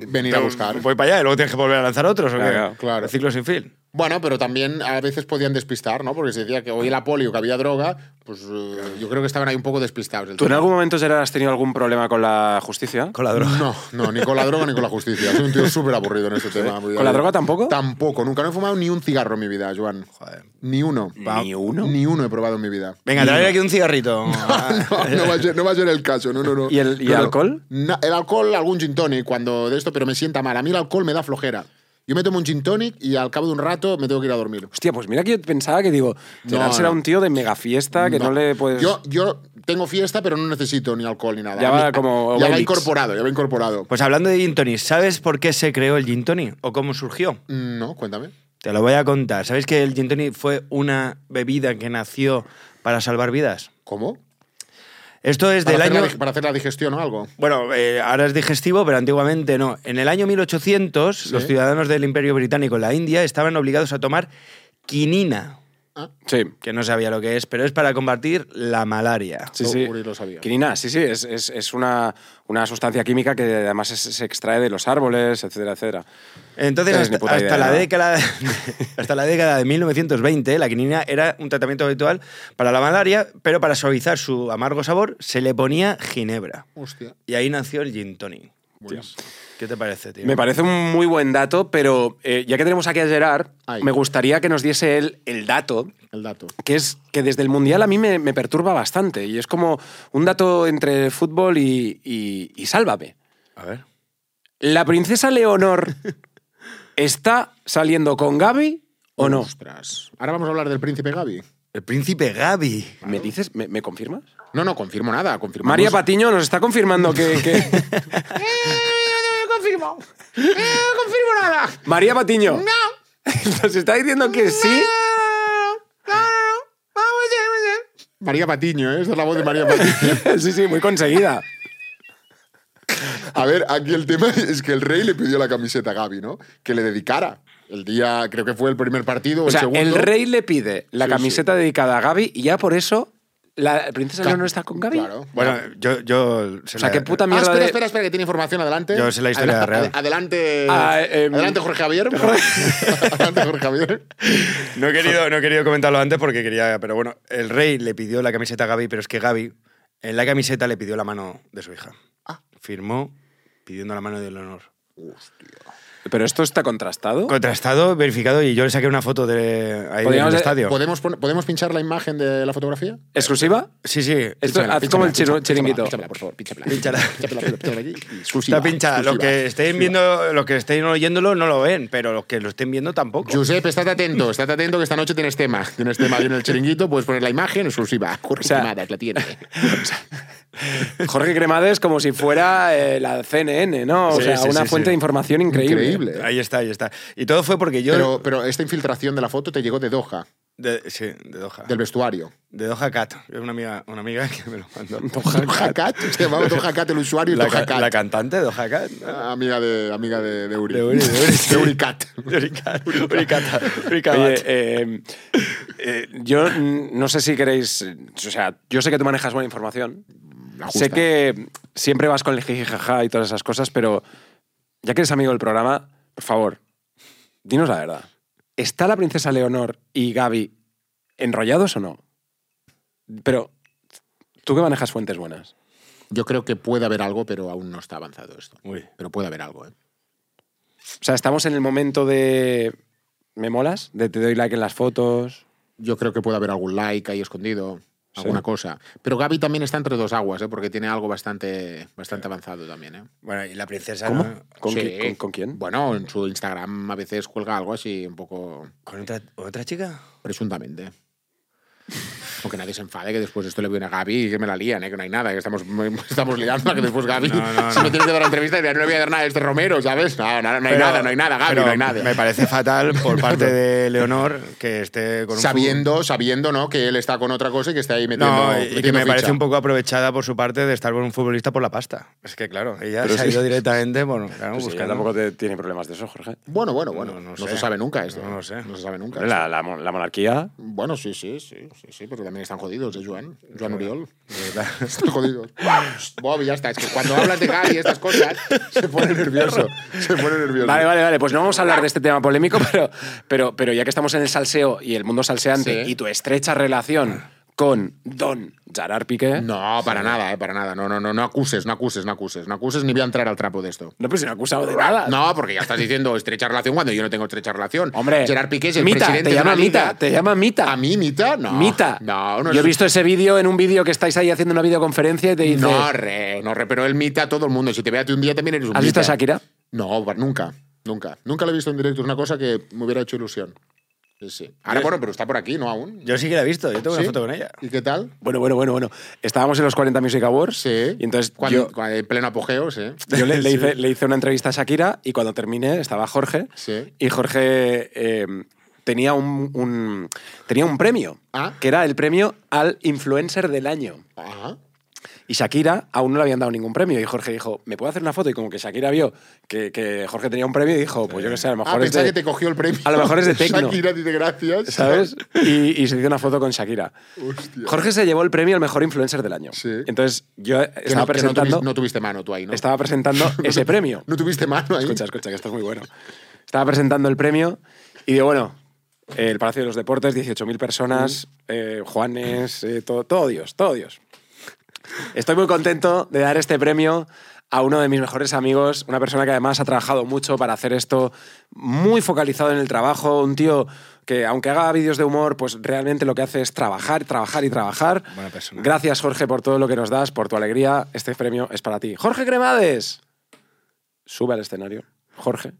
Speaker 3: Venir a
Speaker 2: Te-
Speaker 3: buscar.
Speaker 2: Voy para allá y luego tienes que volver a lanzar otros, ¿o qué?
Speaker 1: Claro,
Speaker 3: claro.
Speaker 2: El ciclo sin fin.
Speaker 3: Bueno, pero también a veces podían despistar, ¿no? Porque se decía que hoy la polio, que había droga, pues eh, yo creo que estaban ahí un poco despistados. del
Speaker 1: ¿Tú en
Speaker 3: tema.
Speaker 1: algún momento, Gerard, has tenido algún problema con la justicia?
Speaker 2: Con la droga.
Speaker 3: No, no, ni con la droga ni con la justicia. Soy un tío súper aburrido en este tema.
Speaker 1: ¿Con la droga tampoco?
Speaker 3: Tampoco. Nunca no he fumado ni un cigarro en mi vida, Joan.
Speaker 2: Joder.
Speaker 3: Ni uno.
Speaker 1: ¿Ni uno?
Speaker 3: Ni uno he probado en mi vida. Ah,
Speaker 2: Venga, traer aquí un cigarrito.
Speaker 3: No, no va a ser, no va a ser el caso, no, no, no.
Speaker 1: Ah, ¿Y el- y
Speaker 3: No, no.
Speaker 1: alcohol?
Speaker 3: Na- el alcohol, algún gin tonic cuando de esto, pero me sienta mal. A mí el alcohol me da flojera. Yo me tomo un gin tonic y al cabo de un rato me tengo que ir a dormir.
Speaker 1: Hostia, pues mira que yo pensaba que digo, Gerard
Speaker 3: No,
Speaker 1: será
Speaker 3: no.
Speaker 1: un tío de mega fiesta Ah, que no, le puedes...
Speaker 3: Yo, yo tengo fiesta, pero no necesito ni alcohol ni nada.
Speaker 1: Ya
Speaker 3: A mí-
Speaker 1: va como
Speaker 3: Ya va
Speaker 1: Wellix.
Speaker 3: incorporado, ya va incorporado.
Speaker 2: Pues hablando de gin tonic, ¿sabes por qué se creó el gin tonic o cómo surgió?
Speaker 3: Mm, No, cuéntame.
Speaker 2: Te lo voy a contar. ¿Sabéis que el gin tonic fue una bebida que nació para salvar vidas?
Speaker 3: ¿Cómo?
Speaker 2: Esto es
Speaker 3: Para
Speaker 2: del
Speaker 3: hacer la
Speaker 2: año...
Speaker 3: dig- para hacer la digestión o algo.
Speaker 2: Bueno, eh, ahora es digestivo, pero antiguamente no. En el año 1800, los ciudadanos del Imperio Británico en la India estaban obligados a tomar quinina,
Speaker 3: Ah,
Speaker 1: Sí,
Speaker 2: que no sabía lo que es, pero es para combatir la malaria.
Speaker 1: sí,
Speaker 3: Lo-
Speaker 1: sí.
Speaker 3: Uri lo sabía.
Speaker 1: Quinina, sí, sí, es, es- es una, una sustancia química que además es- se extrae de los árboles, etcétera, etcétera.
Speaker 2: Entonces,
Speaker 1: Tienes ni
Speaker 2: hasta,
Speaker 1: puta
Speaker 2: hasta
Speaker 1: idea,
Speaker 2: la
Speaker 1: ¿no?
Speaker 2: década, hasta la década de 1920, la quinina era un tratamiento habitual para la malaria, pero para suavizar su amargo sabor se le ponía ginebra.
Speaker 3: hostia.
Speaker 2: Y ahí nació el gin tonic.
Speaker 3: Buenas.
Speaker 2: ¿Qué te parece, tío?
Speaker 1: Me parece un muy buen dato, pero eh, ya que tenemos aquí a Gerard,
Speaker 3: Ay.
Speaker 1: me gustaría que nos diese él el dato
Speaker 3: El dato.
Speaker 1: que es que desde el Mundial a mí me, me perturba bastante y es como un dato entre fútbol y, y- y sálvame.
Speaker 2: A ver.
Speaker 1: ¿La princesa Leonor está saliendo con Gaby o no?
Speaker 3: Ostras. Ahora vamos a hablar del príncipe Gaby.
Speaker 2: El príncipe Gaby.
Speaker 1: ¿Me dices? ¿Me, me confirmas?
Speaker 3: No, no, confirmo nada. Confirmamos. Eh,
Speaker 1: María Patiño nos está confirmando que... que-
Speaker 3: no confirmo. Eh, no confirmo nada.
Speaker 1: María Patiño. Nos está diciendo que sí.
Speaker 3: Ah, María Patiño, ¿eh? Esta es la voz de María Patiño.
Speaker 1: Sí, sí, muy conseguida.
Speaker 3: A ver, aquí el tema es que el rey le pidió la camiseta a Gaby, ¿no? Que le dedicara. El día, creo que fue el primer partido o,
Speaker 1: O sea,
Speaker 3: el segundo.
Speaker 1: el rey le pide la
Speaker 3: Sí,
Speaker 1: camiseta dedicada a Gaby y ya por eso la princesa
Speaker 3: Claro,
Speaker 1: Leonor está con Gaby.
Speaker 3: Claro.
Speaker 2: Bueno, yo, yo se
Speaker 1: O sea,
Speaker 2: la-
Speaker 1: qué puta
Speaker 3: Ah,
Speaker 1: mierda
Speaker 3: espera,
Speaker 1: de-
Speaker 3: espera, espera, que tiene información. Adelante.
Speaker 2: Yo sé la historia
Speaker 3: Adela-
Speaker 2: real.
Speaker 3: ad- Adelante.
Speaker 1: Ah, eh, em.
Speaker 3: adelante, Jorge Javier. adelante, Jorge Javier.
Speaker 2: No he, querido, no he querido comentarlo antes porque quería. Pero bueno, el rey le pidió la camiseta a Gaby, pero es que Gaby En la camiseta le pidió la mano de su hija.
Speaker 3: Ah.
Speaker 2: Firmó pidiendo la mano de Leonor.
Speaker 1: Pero esto está contrastado.
Speaker 2: Contrastado, verificado, y yo le saqué una foto de ahí del
Speaker 1: Podríamos-
Speaker 2: estadio.
Speaker 3: ¿Podemos, pon- ¿Podemos pinchar la imagen de la fotografía?
Speaker 1: ¿Exclusiva?
Speaker 2: Sí, sí.
Speaker 1: Esto, haz como el chiru- chiringuito.
Speaker 3: Pínchala, por favor, pínchala.
Speaker 2: Pínchala.
Speaker 3: Pínchala, pínchala aquí. Exclusiva,
Speaker 2: Está pinchada. Los
Speaker 3: exclusiva,
Speaker 2: que estén
Speaker 3: exclusiva.
Speaker 2: viendo, los que estén oyéndolo no lo ven, pero los que lo estén viendo tampoco.
Speaker 3: Josep, estate atento, estate atento que esta noche tienes tema. Tienes tema ahí en el chiringuito, puedes poner la imagen exclusiva. Jorge
Speaker 1: sea-
Speaker 3: Quemadas la tiene.
Speaker 1: Jorge Cremades como si fuera eh, la CNN, ¿no? O
Speaker 2: Sí,
Speaker 1: sea,
Speaker 2: sí,
Speaker 1: una
Speaker 2: sí,
Speaker 1: fuente
Speaker 2: sí.
Speaker 1: de información increíble.
Speaker 3: Increíble.
Speaker 2: Ahí está, ahí está. Y todo fue porque yo.
Speaker 3: Pero, pero esta infiltración de la foto te llegó de Doha,
Speaker 2: de, sí, de Doha.
Speaker 3: del vestuario.
Speaker 2: De Doha Cat. Es una amiga, una amiga que me lo mandó.
Speaker 3: Doha Cat, se llamaba Doha Cat el usuario y
Speaker 2: La,
Speaker 3: Doha
Speaker 2: ca- la
Speaker 3: Cat.
Speaker 2: cantante de Doha Cat.
Speaker 3: Ah, Amiga de, amiga de, de Uri.
Speaker 2: De Uri, de Uri, sí.
Speaker 3: De Uri Cat.
Speaker 2: Uricat. Uricata.
Speaker 1: Oye,
Speaker 2: Uricabat.
Speaker 1: eh, eh, yo mm, no sé si queréis. eh, O sea, yo sé que tú manejas buena información.
Speaker 3: La justa.
Speaker 1: Sé que siempre vas con el jijijaja y todas esas cosas, pero ya que eres amigo del programa, por favor, dinos la verdad. ¿Está la princesa Leonor y Gaby enrollados o no? Pero tú que manejas fuentes buenas.
Speaker 3: Yo creo que puede haber algo, pero aún no está avanzado esto.
Speaker 2: Uy.
Speaker 3: Pero puede haber algo, ¿eh?
Speaker 1: O sea, estamos en el momento de. ¿Me molas? De te doy like en las fotos.
Speaker 3: Yo creo que puede haber algún like ahí escondido,
Speaker 1: Sí.
Speaker 3: alguna cosa. Pero Gaby también está entre dos aguas, ¿eh? Porque tiene algo bastante, bastante avanzado también, ¿eh?
Speaker 2: Bueno, y la princesa.
Speaker 1: ¿Cómo?
Speaker 2: ¿no?
Speaker 1: ¿Con,
Speaker 3: Sí.
Speaker 1: qui- con- con quién?
Speaker 3: Bueno, en su Instagram a veces cuelga algo así un poco
Speaker 2: ¿Con otra, otra chica?
Speaker 3: presuntamente. Aunque nadie se enfade que después esto le viene a Gaby y que me la lían, ¿eh? que no hay nada, que estamos, estamos liando a que después Gaby
Speaker 2: No, no,
Speaker 3: se me
Speaker 2: no.
Speaker 3: tiene que dar la entrevista y dirá, no le voy a dar nada a este Romero, ¿sabes? No, no, no hay
Speaker 2: Pero-
Speaker 3: nada, no hay nada, Gaby,
Speaker 2: pero
Speaker 3: no hay nada.
Speaker 2: Me parece fatal por parte de Leonor que esté con un
Speaker 3: Sabiendo, sabiendo, ¿no? Que él está con otra cosa y que está ahí metiendo.
Speaker 2: No, y
Speaker 3: metiendo
Speaker 2: que me
Speaker 3: ficha.
Speaker 2: parece un poco aprovechada por su parte de estar con un futbolista por la pasta. Es que, claro, ella
Speaker 1: Pero
Speaker 2: se ha
Speaker 1: sí.
Speaker 2: ido directamente, bueno, claro,
Speaker 1: Pues sí,
Speaker 2: buscando.
Speaker 1: tampoco te- tiene problemas de eso, Jorge.
Speaker 3: Bueno, bueno, bueno.
Speaker 2: No,
Speaker 3: No,
Speaker 2: no sé.
Speaker 3: se sabe nunca esto. ¿eh?
Speaker 2: No lo sé.
Speaker 3: No se sabe nunca.
Speaker 1: La, la mon- la monarquía.
Speaker 3: Bueno, sí, sí, sí, sí, sí, pero también están jodidos, ¿eh, Joan? Joan Oriol.
Speaker 2: De verdad.
Speaker 3: Están jodidos. Bob, ya está. Es que cuando hablas de Gaby y estas cosas, se pone nervioso. Se pone nervioso.
Speaker 1: Vale, vale, vale. Pues no vamos a hablar de este tema polémico, pero, pero, pero ya que estamos en el salseo y el mundo salseante
Speaker 3: Sí.
Speaker 1: y tu estrecha relación con Don Gerard Piqué.
Speaker 3: No, para nada, eh, para nada. No, no, no, no acuses, no acuses, no acuses. No acuses ni voy a entrar al trapo de esto.
Speaker 1: No, pues si no ha acusado de nada.
Speaker 3: No, porque ya estás diciendo estrecha relación cuando yo no tengo estrecha relación.
Speaker 1: Hombre,
Speaker 3: Gerard Piqué es el
Speaker 1: Mita,
Speaker 3: presidente
Speaker 1: te llama
Speaker 3: de una
Speaker 1: Mita,
Speaker 3: liga.
Speaker 1: te llama Mita.
Speaker 3: ¿A mí, Mita? No.
Speaker 1: Mita.
Speaker 3: No, no
Speaker 1: Yo he
Speaker 3: es-
Speaker 1: visto ese vídeo en un vídeo que estáis ahí haciendo una videoconferencia y te dice.
Speaker 3: No, re, no, re, pero el Mita todo el mundo. Si te ve a ti un día también eres un
Speaker 1: ¿Has visto
Speaker 3: Mita.
Speaker 1: a Shakira?
Speaker 3: No, pa- nunca, nunca. Nunca lo he visto en directo. Es una cosa que me hubiera hecho ilusión. Sí, sí. Ahora, bueno, pero está por aquí, ¿no? Aún.
Speaker 2: Yo sí que la he visto, yo tengo
Speaker 3: ¿Sí?
Speaker 2: una foto con ella.
Speaker 3: ¿Y qué tal?
Speaker 1: Bueno, bueno, bueno, bueno. Estábamos en los 40 Music Awards.
Speaker 3: Sí.
Speaker 1: Y entonces
Speaker 3: Cuando-
Speaker 1: yo-
Speaker 3: cuando- en pleno apogeo, sí.
Speaker 1: Yo le, le hice, le hice una entrevista a Shakira y cuando terminé estaba Jorge.
Speaker 3: Sí.
Speaker 1: Y Jorge eh, tenía, un, un- tenía un premio,
Speaker 3: Ah.
Speaker 1: que era el premio al influencer del año.
Speaker 3: Ajá.
Speaker 1: Y Shakira aún no le habían dado ningún premio. Y Jorge dijo, ¿me puedo hacer una foto? Y como que Shakira vio que, que Jorge tenía un premio y dijo, pues yo qué sé, a lo
Speaker 3: Ah,
Speaker 1: mejor es
Speaker 3: pensaba
Speaker 1: de-
Speaker 3: que te cogió el premio.
Speaker 1: a lo mejor es de tecno.
Speaker 3: Shakira dice gracias.
Speaker 1: ¿Sabes? Y, y se hizo una foto con Shakira.
Speaker 3: Hostia.
Speaker 1: Jorge se llevó el premio al mejor influencer del año.
Speaker 3: Sí.
Speaker 1: Entonces yo
Speaker 3: Que no,
Speaker 1: estaba
Speaker 3: que no tuviste,
Speaker 1: presentando,
Speaker 3: no tuviste mano tú ahí, ¿no?
Speaker 1: estaba presentando ese premio.
Speaker 3: No tuviste mano ahí.
Speaker 1: Escucha, escucha, que esto es muy bueno. Estaba presentando el premio y digo, bueno, eh, el Palacio de los Deportes, 18.000 personas, eh, Juanes, eh, todo, todo Dios, todo Dios. Estoy muy contento de dar este premio a uno de mis mejores amigos, una persona que además ha trabajado mucho para hacer esto, muy focalizado en el trabajo, un tío que aunque haga vídeos de humor, pues realmente lo que hace es trabajar, trabajar y trabajar.
Speaker 2: Buena persona.
Speaker 1: Gracias Jorge por todo lo que nos das, por tu alegría, este premio es para ti. Jorge Cremades, sube al escenario, Jorge,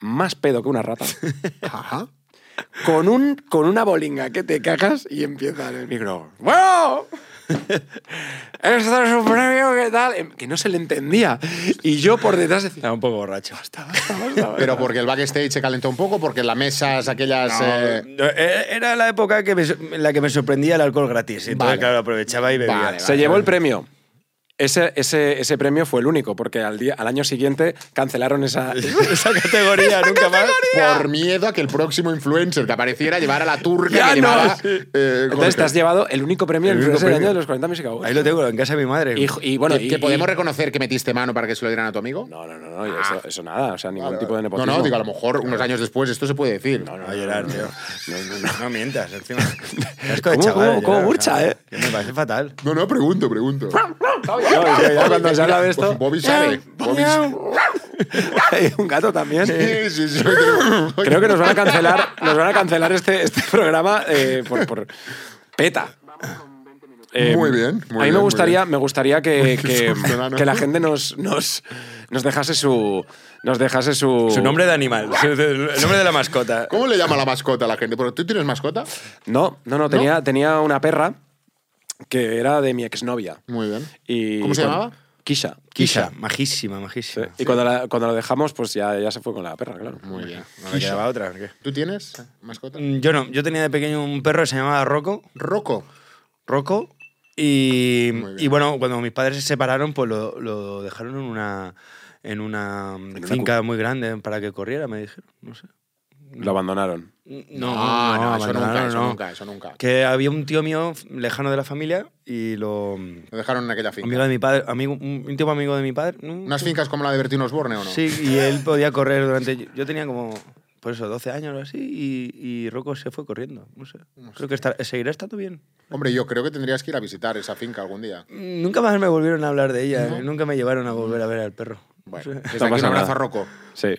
Speaker 1: más pedo que una rata,
Speaker 3: Ajá.
Speaker 1: con, un, con una bolinga que te cagas y empieza en el micro. ¡Bueno! Esto es un premio, ¿qué tal? Em, Que no se le entendía. Y yo por detrás decía,
Speaker 2: Estaba un poco borracho.
Speaker 1: "Basta, basta, basta, basta".
Speaker 3: Pero porque el backstage se calentó un poco, porque las mesas aquellas... eh,
Speaker 2: No, eh, Era la época que me so- en la que me sorprendía el alcohol gratis. Entonces,
Speaker 3: Vale.
Speaker 2: claro, aprovechaba y bebía.
Speaker 3: Vale,
Speaker 1: se llevó el premio. Ese, ese, ese premio fue el único, porque al, día, al año siguiente cancelaron esa.
Speaker 2: Esa categoría, nunca más.
Speaker 3: Por miedo a que el próximo influencer que apareciera llevara la turca
Speaker 1: Ya
Speaker 3: que
Speaker 1: no.
Speaker 3: llevara. eh,
Speaker 1: Entonces te has llevado el único premio
Speaker 2: El
Speaker 1: del
Speaker 2: único
Speaker 1: Influencer del año
Speaker 2: premio.
Speaker 1: de los 40 Music Awards.
Speaker 2: Ahí lo tengo, en casa de mi madre.
Speaker 1: Y, y bueno,
Speaker 3: ¿Que,
Speaker 1: y-
Speaker 3: que
Speaker 1: y-
Speaker 3: podemos reconocer que metiste mano para que se lo dieran a tu amigo?
Speaker 1: No, no, no, no y eso, eso nada, o sea, ningún
Speaker 3: Vale,
Speaker 1: tipo de
Speaker 3: vale.
Speaker 1: nepotismo.
Speaker 3: No, no, digo, a lo mejor unos años después esto se puede decir.
Speaker 2: No, a llorar, tío. No, mientas, encima. Asco de
Speaker 1: ¿Cómo-
Speaker 2: chaval,
Speaker 1: cómo- cómo
Speaker 2: llorar,
Speaker 1: burcha,
Speaker 2: o sea,
Speaker 1: eh?
Speaker 2: que Me parece fatal.
Speaker 3: No, no, pregunto, pregunto.
Speaker 1: No, es que ya cuando se habla de esto. Eh,
Speaker 3: Bobby sabe. Bobby sabe.
Speaker 1: Hay un gato también.
Speaker 3: Sí, sí, sí, creo-
Speaker 1: Creo que nos van a cancelar, nos van a cancelar este, este programa eh, por, por peta. Eh,
Speaker 3: Muy
Speaker 1: a
Speaker 3: bien, muy
Speaker 1: mí
Speaker 3: bien,
Speaker 1: me
Speaker 3: muy
Speaker 1: gustaría, me gustaría que, que,
Speaker 3: susto, nano.
Speaker 1: que la gente nos, nos, nos dejase su. Nos dejase su.
Speaker 2: Su nombre de animal, su- el nombre de la mascota.
Speaker 3: ¿Cómo le llama la mascota a la gente? Porque tú tienes mascota.
Speaker 1: No, no, no. Tenía, tenía una perra que era de mi exnovia.
Speaker 3: Muy bien.
Speaker 1: Y
Speaker 3: ¿Cómo se
Speaker 1: cuando-
Speaker 3: llamaba?
Speaker 1: Kisha.
Speaker 2: Kisha, majísima, majísima.
Speaker 1: Y cuando la, cuando la dejamos, pues ya, ya se fue con la perra, claro.
Speaker 3: Muy bien.
Speaker 2: No me quedaba otra. ¿o qué?
Speaker 3: ¿Tú tienes mascota?
Speaker 2: Mm, Yo no, yo tenía de pequeño un perro que se llamaba Rocco.
Speaker 3: Rocco.
Speaker 2: Rocco. Y,
Speaker 3: Muy bien.
Speaker 2: y bueno, cuando mis padres se separaron, pues lo, lo dejaron en una, en una finca muy grande para que corriera, me dijeron. No sé.
Speaker 1: Lo abandonaron.
Speaker 2: No,
Speaker 3: Ah, no, eso
Speaker 2: abandonaron,
Speaker 3: nunca, eso
Speaker 2: no.
Speaker 3: nunca, eso nunca.
Speaker 2: Que había un tío mío lejano de la familia y lo.
Speaker 3: Lo dejaron en aquella finca.
Speaker 2: Amigo de mi padre, amigo, un íntimo amigo de mi padre. ¿no?
Speaker 3: ¿Unas fincas como la de Bertino Osborne o no?
Speaker 2: Sí, y él podía correr durante. Yo tenía como, por eso, 12 años o así, y, y Rocco se fue corriendo. No sé. Creo que estar- seguirá estando bien.
Speaker 3: Hombre, yo creo que tendrías que ir a visitar esa finca algún día.
Speaker 2: Nunca más me volvieron a hablar de ella, eh, nunca me llevaron a volver a ver al perro.
Speaker 3: Bueno,
Speaker 2: No sé.
Speaker 3: desde
Speaker 1: No
Speaker 3: aquí un
Speaker 1: pasa
Speaker 3: abrazo
Speaker 1: nada.
Speaker 3: a Rocco.
Speaker 1: Sí.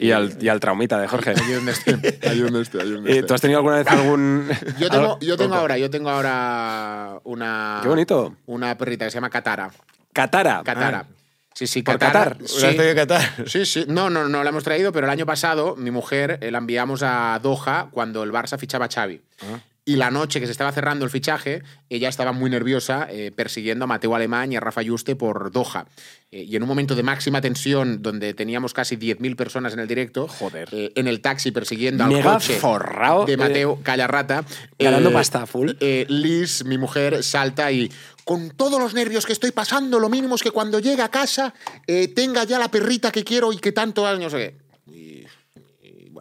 Speaker 1: Y al, y al traumita de Jorge.
Speaker 3: Ahí donde esté, ahí donde esté, ahí donde
Speaker 1: Eh, ¿Tú
Speaker 3: esté.
Speaker 1: has tenido alguna vez algún.?
Speaker 3: este. Yo tengo,
Speaker 1: algo-
Speaker 3: yo tengo ahora, yo tengo ahora una.
Speaker 1: Qué bonito.
Speaker 3: Una perrita que se llama Katara.
Speaker 1: Catara.
Speaker 3: Catara. Sí, sí,
Speaker 1: ¿Por
Speaker 3: Catara.
Speaker 1: Qatar?
Speaker 2: Una historia de
Speaker 3: Sí.
Speaker 2: Qatar.
Speaker 3: Sí, sí. No, no, no la hemos traído, pero el año pasado mi mujer eh, la enviamos a Doha cuando el Barça fichaba a Xavi.
Speaker 1: Ah.
Speaker 3: Y la noche que se estaba cerrando el fichaje, ella estaba muy nerviosa eh, persiguiendo a Mateo Alemán y a Rafa Yuste por Doha. Eh, y en un momento de máxima tensión, donde teníamos casi 10.000 personas en el directo,
Speaker 1: Joder.
Speaker 3: eh, en el taxi persiguiendo al
Speaker 1: Mega
Speaker 3: coche
Speaker 1: forrao, eh,
Speaker 3: de Mateo Callarrata,
Speaker 1: ganando pasta full.
Speaker 3: eh, Liz, mi mujer, salta y con todos los nervios que estoy pasando, lo mínimo es que cuando llegue a casa eh, tenga ya la perrita que quiero y que tanto años.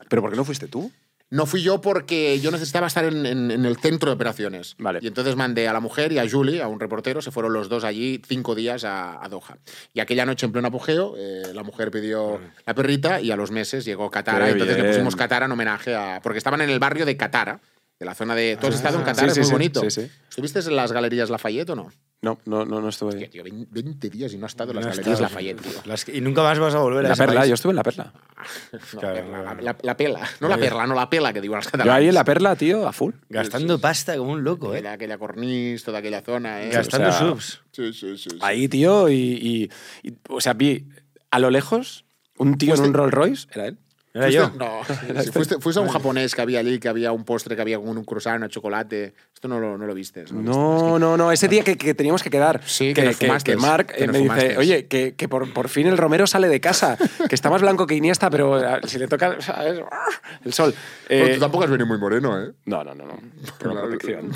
Speaker 1: ¿Pero por qué no fuiste tú?
Speaker 3: No fui yo porque yo necesitaba estar en, en- en el centro de operaciones.
Speaker 1: Vale.
Speaker 3: Y entonces mandé a la mujer y a Julie, a un reportero, se fueron los dos allí cinco días a, a Doha. Y aquella noche en pleno apogeo, eh, la mujer pidió la perrita y a los meses llegó Catara.
Speaker 1: Qué
Speaker 3: y entonces le
Speaker 1: bien.
Speaker 3: pusimos Catara en homenaje a... Porque estaban en el barrio de Catara, de la zona de... Tú has estado en Catara,
Speaker 1: Ah, Sí,
Speaker 3: es
Speaker 1: sí,
Speaker 3: muy
Speaker 1: sí,
Speaker 3: bonito.
Speaker 1: sí, sí.
Speaker 3: ¿Estuviste en las galerías Lafayette o no?
Speaker 1: No, no, no, no estuve
Speaker 3: Hostia,
Speaker 1: ahí.
Speaker 3: tío, 20 días y no ha estado en las
Speaker 2: No ha
Speaker 3: galerías
Speaker 2: estado.
Speaker 3: Lafayette, tío.
Speaker 2: Las que- y nunca más vas a volver a
Speaker 1: La
Speaker 2: ese
Speaker 1: perla,
Speaker 2: país.
Speaker 1: yo estuve en la perla.
Speaker 3: No,
Speaker 2: Claro,
Speaker 3: perla,
Speaker 2: no, no.
Speaker 3: la, la pela. No la perla, no la pela que digo las
Speaker 1: Yo
Speaker 3: catalanas.
Speaker 1: ahí en la perla, tío, a full.
Speaker 2: Gastando pasta como un loco, ¿eh?
Speaker 3: Aquella, aquella cornice, toda aquella zona, ¿eh?
Speaker 2: Gastando
Speaker 1: o sea,
Speaker 2: subs.
Speaker 3: Sí, sí, sí. sí.
Speaker 1: Ahí, tío, y, y- y- O sea, vi a lo lejos un tío en un Rolls Royce, era él.
Speaker 2: Era
Speaker 3: ¿Fuiste?
Speaker 2: yo.
Speaker 3: No. Sí, fuiste, fuiste a un japonés que había allí, que había un postre, que había como un croissant, un chocolate. Esto no lo, no lo viste. lo viste.
Speaker 1: No, no, no. Ese día que, que teníamos que quedar.
Speaker 3: Sí, que nos fumaste,
Speaker 1: que Mark
Speaker 3: que
Speaker 1: eh,
Speaker 3: nos
Speaker 1: me dice,
Speaker 3: fumaste.
Speaker 1: oye, que, que por, por fin el Romero sale de casa, que está más blanco que Iniesta, pero eh, si le toca ¿sabes? Ah, el sol.
Speaker 3: Pero
Speaker 1: Eh,
Speaker 3: Pues tú tampoco has venido muy moreno, ¿eh?
Speaker 1: no, no, no, no. Pero
Speaker 3: Claro.
Speaker 1: protección.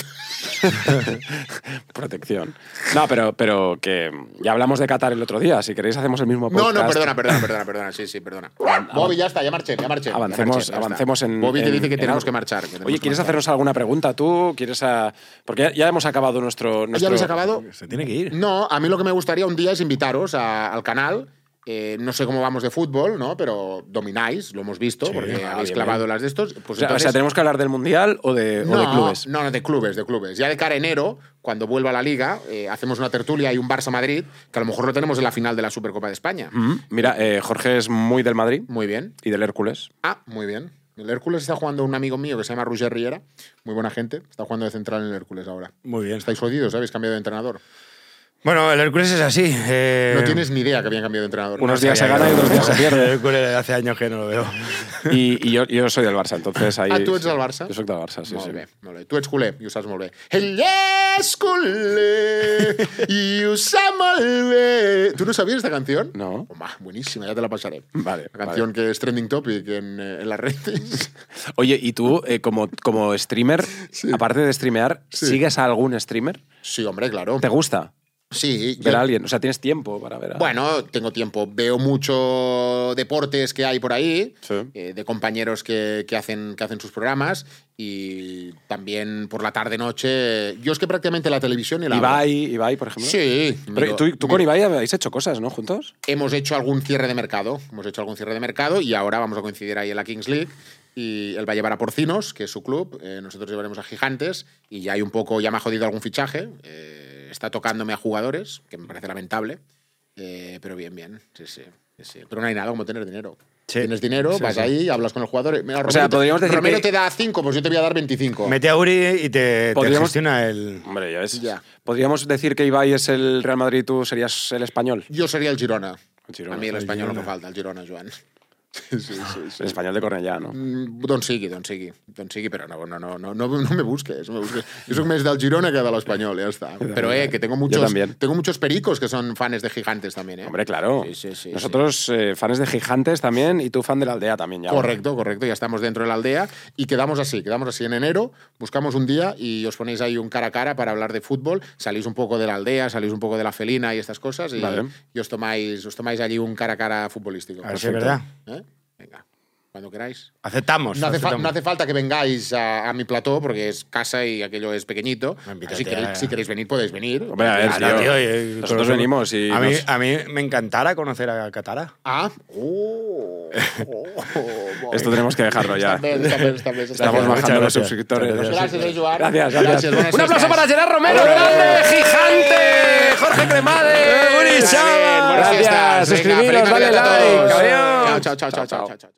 Speaker 1: protección. No, pero, pero que ya hablamos de Qatar el otro día. Si queréis hacemos el mismo
Speaker 3: No,
Speaker 1: podcast.
Speaker 3: no, perdona, perdona, perdona, perdona. Sí, sí, perdona. Bobby, ya está, ya marché, ya marché. ya
Speaker 1: Avancemos,
Speaker 3: marché, ya está.
Speaker 1: avancemos en.
Speaker 3: Bobby te
Speaker 1: en-
Speaker 3: dice que
Speaker 1: en
Speaker 3: tenemos
Speaker 1: algo.
Speaker 3: que marchar. que tenemos
Speaker 1: Oye,
Speaker 3: que
Speaker 1: ¿quieres
Speaker 3: marchar.
Speaker 1: hacernos alguna pregunta tú? ¿Quieres a... Porque ya, ya hemos acabado nuestro.
Speaker 3: ¿Ya
Speaker 1: nuestro-
Speaker 3: habéis acabado?
Speaker 2: Se tiene que ir.
Speaker 3: No, a mí lo que me gustaría un día es invitaros a- al canal. Eh, no sé cómo vamos de fútbol, ¿no? Pero domináis, lo hemos visto, porque
Speaker 1: ah,
Speaker 3: habéis
Speaker 1: bien,
Speaker 3: clavado las de estos. Pues
Speaker 1: O sea, o
Speaker 3: entonces-
Speaker 1: sea, tenemos que hablar del mundial o de, o de clubes.
Speaker 3: No, no, de clubes, de clubes. Ya de cara a enero, cuando vuelva a la liga, eh, hacemos una tertulia y un Barça Madrid, que a lo mejor lo tenemos en la final de la Supercopa de España.
Speaker 1: Mm, Mira, eh, Jorge es muy del Madrid
Speaker 3: Muy bien.
Speaker 1: y del Hércules.
Speaker 3: Ah, muy bien. El Hércules está jugando un amigo mío que se llama Roger Riera, muy buena gente. Está jugando de central en el Hércules ahora.
Speaker 2: Muy bien.
Speaker 3: Estáis jodidos, ¿sabéis? Cambiado de entrenador.
Speaker 2: Bueno, el Hércules es así. eh,
Speaker 3: No tienes ni idea que habían cambiado de entrenador.
Speaker 1: Unos
Speaker 2: no
Speaker 1: días se
Speaker 2: sabía
Speaker 1: gana y
Speaker 2: yo.
Speaker 1: otros días se
Speaker 2: El
Speaker 1: pierde.
Speaker 2: Hércules hace años que no lo veo.
Speaker 1: Y, y yo, yo soy del Barça, entonces ahí.
Speaker 3: Ah, ¿tú eres del Barça?
Speaker 1: Yo soy del Barça, sí,
Speaker 3: molt
Speaker 1: sí.
Speaker 3: bé, molt bé. Tu ets culer i ho saps molt bé. Ell és culer i ho sap molt bé. ¿Tú no sabías esta canción?
Speaker 1: No.
Speaker 3: Home, buenísima, ya te la pasaré.
Speaker 1: Vale,
Speaker 3: La canción que es trending topic en, eh, en las redes.
Speaker 1: Oye, ¿y tú, eh, como, como streamer, aparte de streamear,
Speaker 3: Sí.
Speaker 1: sigues a algún streamer?
Speaker 3: Sí, hombre, claro.
Speaker 1: ¿Te gusta?
Speaker 3: Sí,
Speaker 1: Ver
Speaker 3: yo-
Speaker 1: a alguien. O sea, tienes tiempo para ver a
Speaker 3: Bueno, tengo tiempo. Veo mucho deportes que hay por ahí,
Speaker 1: Sí.
Speaker 3: eh, de compañeros que, que hacen, que hacen sus programas y también por la tarde-noche. Yo es que prácticamente la televisión y la...
Speaker 1: Ibai, Ibai, por ejemplo.
Speaker 3: Sí.
Speaker 1: Pero
Speaker 3: miro-
Speaker 1: tú, tú con Ibai habéis hecho cosas, ¿no? Juntos.
Speaker 3: Hemos hecho algún cierre de mercado. Hemos hecho algún cierre de mercado y ahora vamos a coincidir ahí en la Kings League. Y él va a llevar a Porcinos, que es su club. eh, nosotros llevaremos a Gigantes. Y ya hay un poco, ya me ha jodido algún fichaje. eh, está tocándome a jugadores, que me parece lamentable. eh, pero bien, bien. Sí, sí, sí, sí. Pero no hay nada como tener dinero.
Speaker 2: Sí.
Speaker 3: Tienes dinero,
Speaker 2: Sí,
Speaker 3: vas
Speaker 2: sí.
Speaker 3: ahí, hablas con el jugador. eh, Mira, Romero,
Speaker 1: sea,
Speaker 3: te-
Speaker 1: podríamos decir
Speaker 3: Romero
Speaker 1: que-
Speaker 3: te da 5, pues yo te voy a dar 25.
Speaker 2: Mete a Uri y te, te
Speaker 1: Podríamos-
Speaker 2: gestiona el...
Speaker 1: Hombre, ya ves.
Speaker 3: Ya.
Speaker 1: Podríamos decir que Ibai es el Real Madrid, tú serías el español.
Speaker 3: Yo sería el Girona.
Speaker 1: El Girona.
Speaker 3: A mí el
Speaker 1: El
Speaker 3: español no me
Speaker 2: Girona.
Speaker 3: falta, el Girona, Joan. Sí, sí, sí.
Speaker 1: El español de Cornellá, ¿no?
Speaker 3: Mm, Don Sigui, don Sigui, don Sigui, però no, no, no, no, no, no me busques, no me busques. Jo soc més del Girona que de l'Espanyol, ja està. Però eh, que tengo muchos,
Speaker 1: también.
Speaker 3: tengo muchos pericos que son fans de Gigantes también, eh.
Speaker 1: Hombre, claro.
Speaker 3: Sí, sí, sí,
Speaker 1: Nosotros eh, fans de Gigantes también y tú fan de la aldea también. Ya
Speaker 3: Correcto, correcto, ya estamos dentro de la aldea y quedamos así, quedamos así en enero, buscamos un día y os ponéis ahí un cara a cara para hablar de fútbol, salís un poco de la aldea, salís un poco de la felina y estas cosas y,
Speaker 1: Vale.
Speaker 3: y os, tomáis, os tomáis allí un cara a cara futbolístico.
Speaker 2: A ver si es verdad.
Speaker 3: ¿Eh? Venga, cuando queráis.
Speaker 2: Aceptamos.
Speaker 3: No hace, fa-
Speaker 2: aceptamos.
Speaker 3: no hace falta que vengáis a, a mi plató porque es casa y aquello es pequeñito.
Speaker 2: Me invitas
Speaker 3: Así
Speaker 2: ya,
Speaker 3: que
Speaker 2: ya.
Speaker 3: si queréis venir, podéis venir.
Speaker 1: Hombre, a ver,
Speaker 2: Claro,
Speaker 1: tío.
Speaker 2: tío, y- y-
Speaker 1: Nosotros
Speaker 2: conocer-
Speaker 1: venimos y
Speaker 2: A mí,
Speaker 1: nos-
Speaker 2: a mí me encantara conocer a Catara.
Speaker 3: Ah, oh, oh, oh,
Speaker 1: Esto tenemos que dejarlo ya.
Speaker 3: Está bien, está bien, está bien, está
Speaker 1: Estamos
Speaker 3: bien.
Speaker 2: Muchas
Speaker 1: bajando los
Speaker 2: gracias.
Speaker 1: suscriptores.
Speaker 2: Muchas
Speaker 3: Gracias, eh, Joan.
Speaker 1: Gracias, gracias.
Speaker 3: buenas
Speaker 1: Un aplauso
Speaker 3: fiestas.
Speaker 1: para Gerard Romero,
Speaker 3: ¡Ole!
Speaker 1: grande, gigante, Jorge Cremades.
Speaker 2: ¡Buenísimo!
Speaker 1: Gracias,
Speaker 3: Buenas fiestas. Venga,
Speaker 1: suscribiros,
Speaker 3: feliz
Speaker 1: dale
Speaker 3: Navidad a
Speaker 1: like.
Speaker 3: todos.
Speaker 1: Adiós.
Speaker 3: Chao, chao, chao, chao, chao, chao.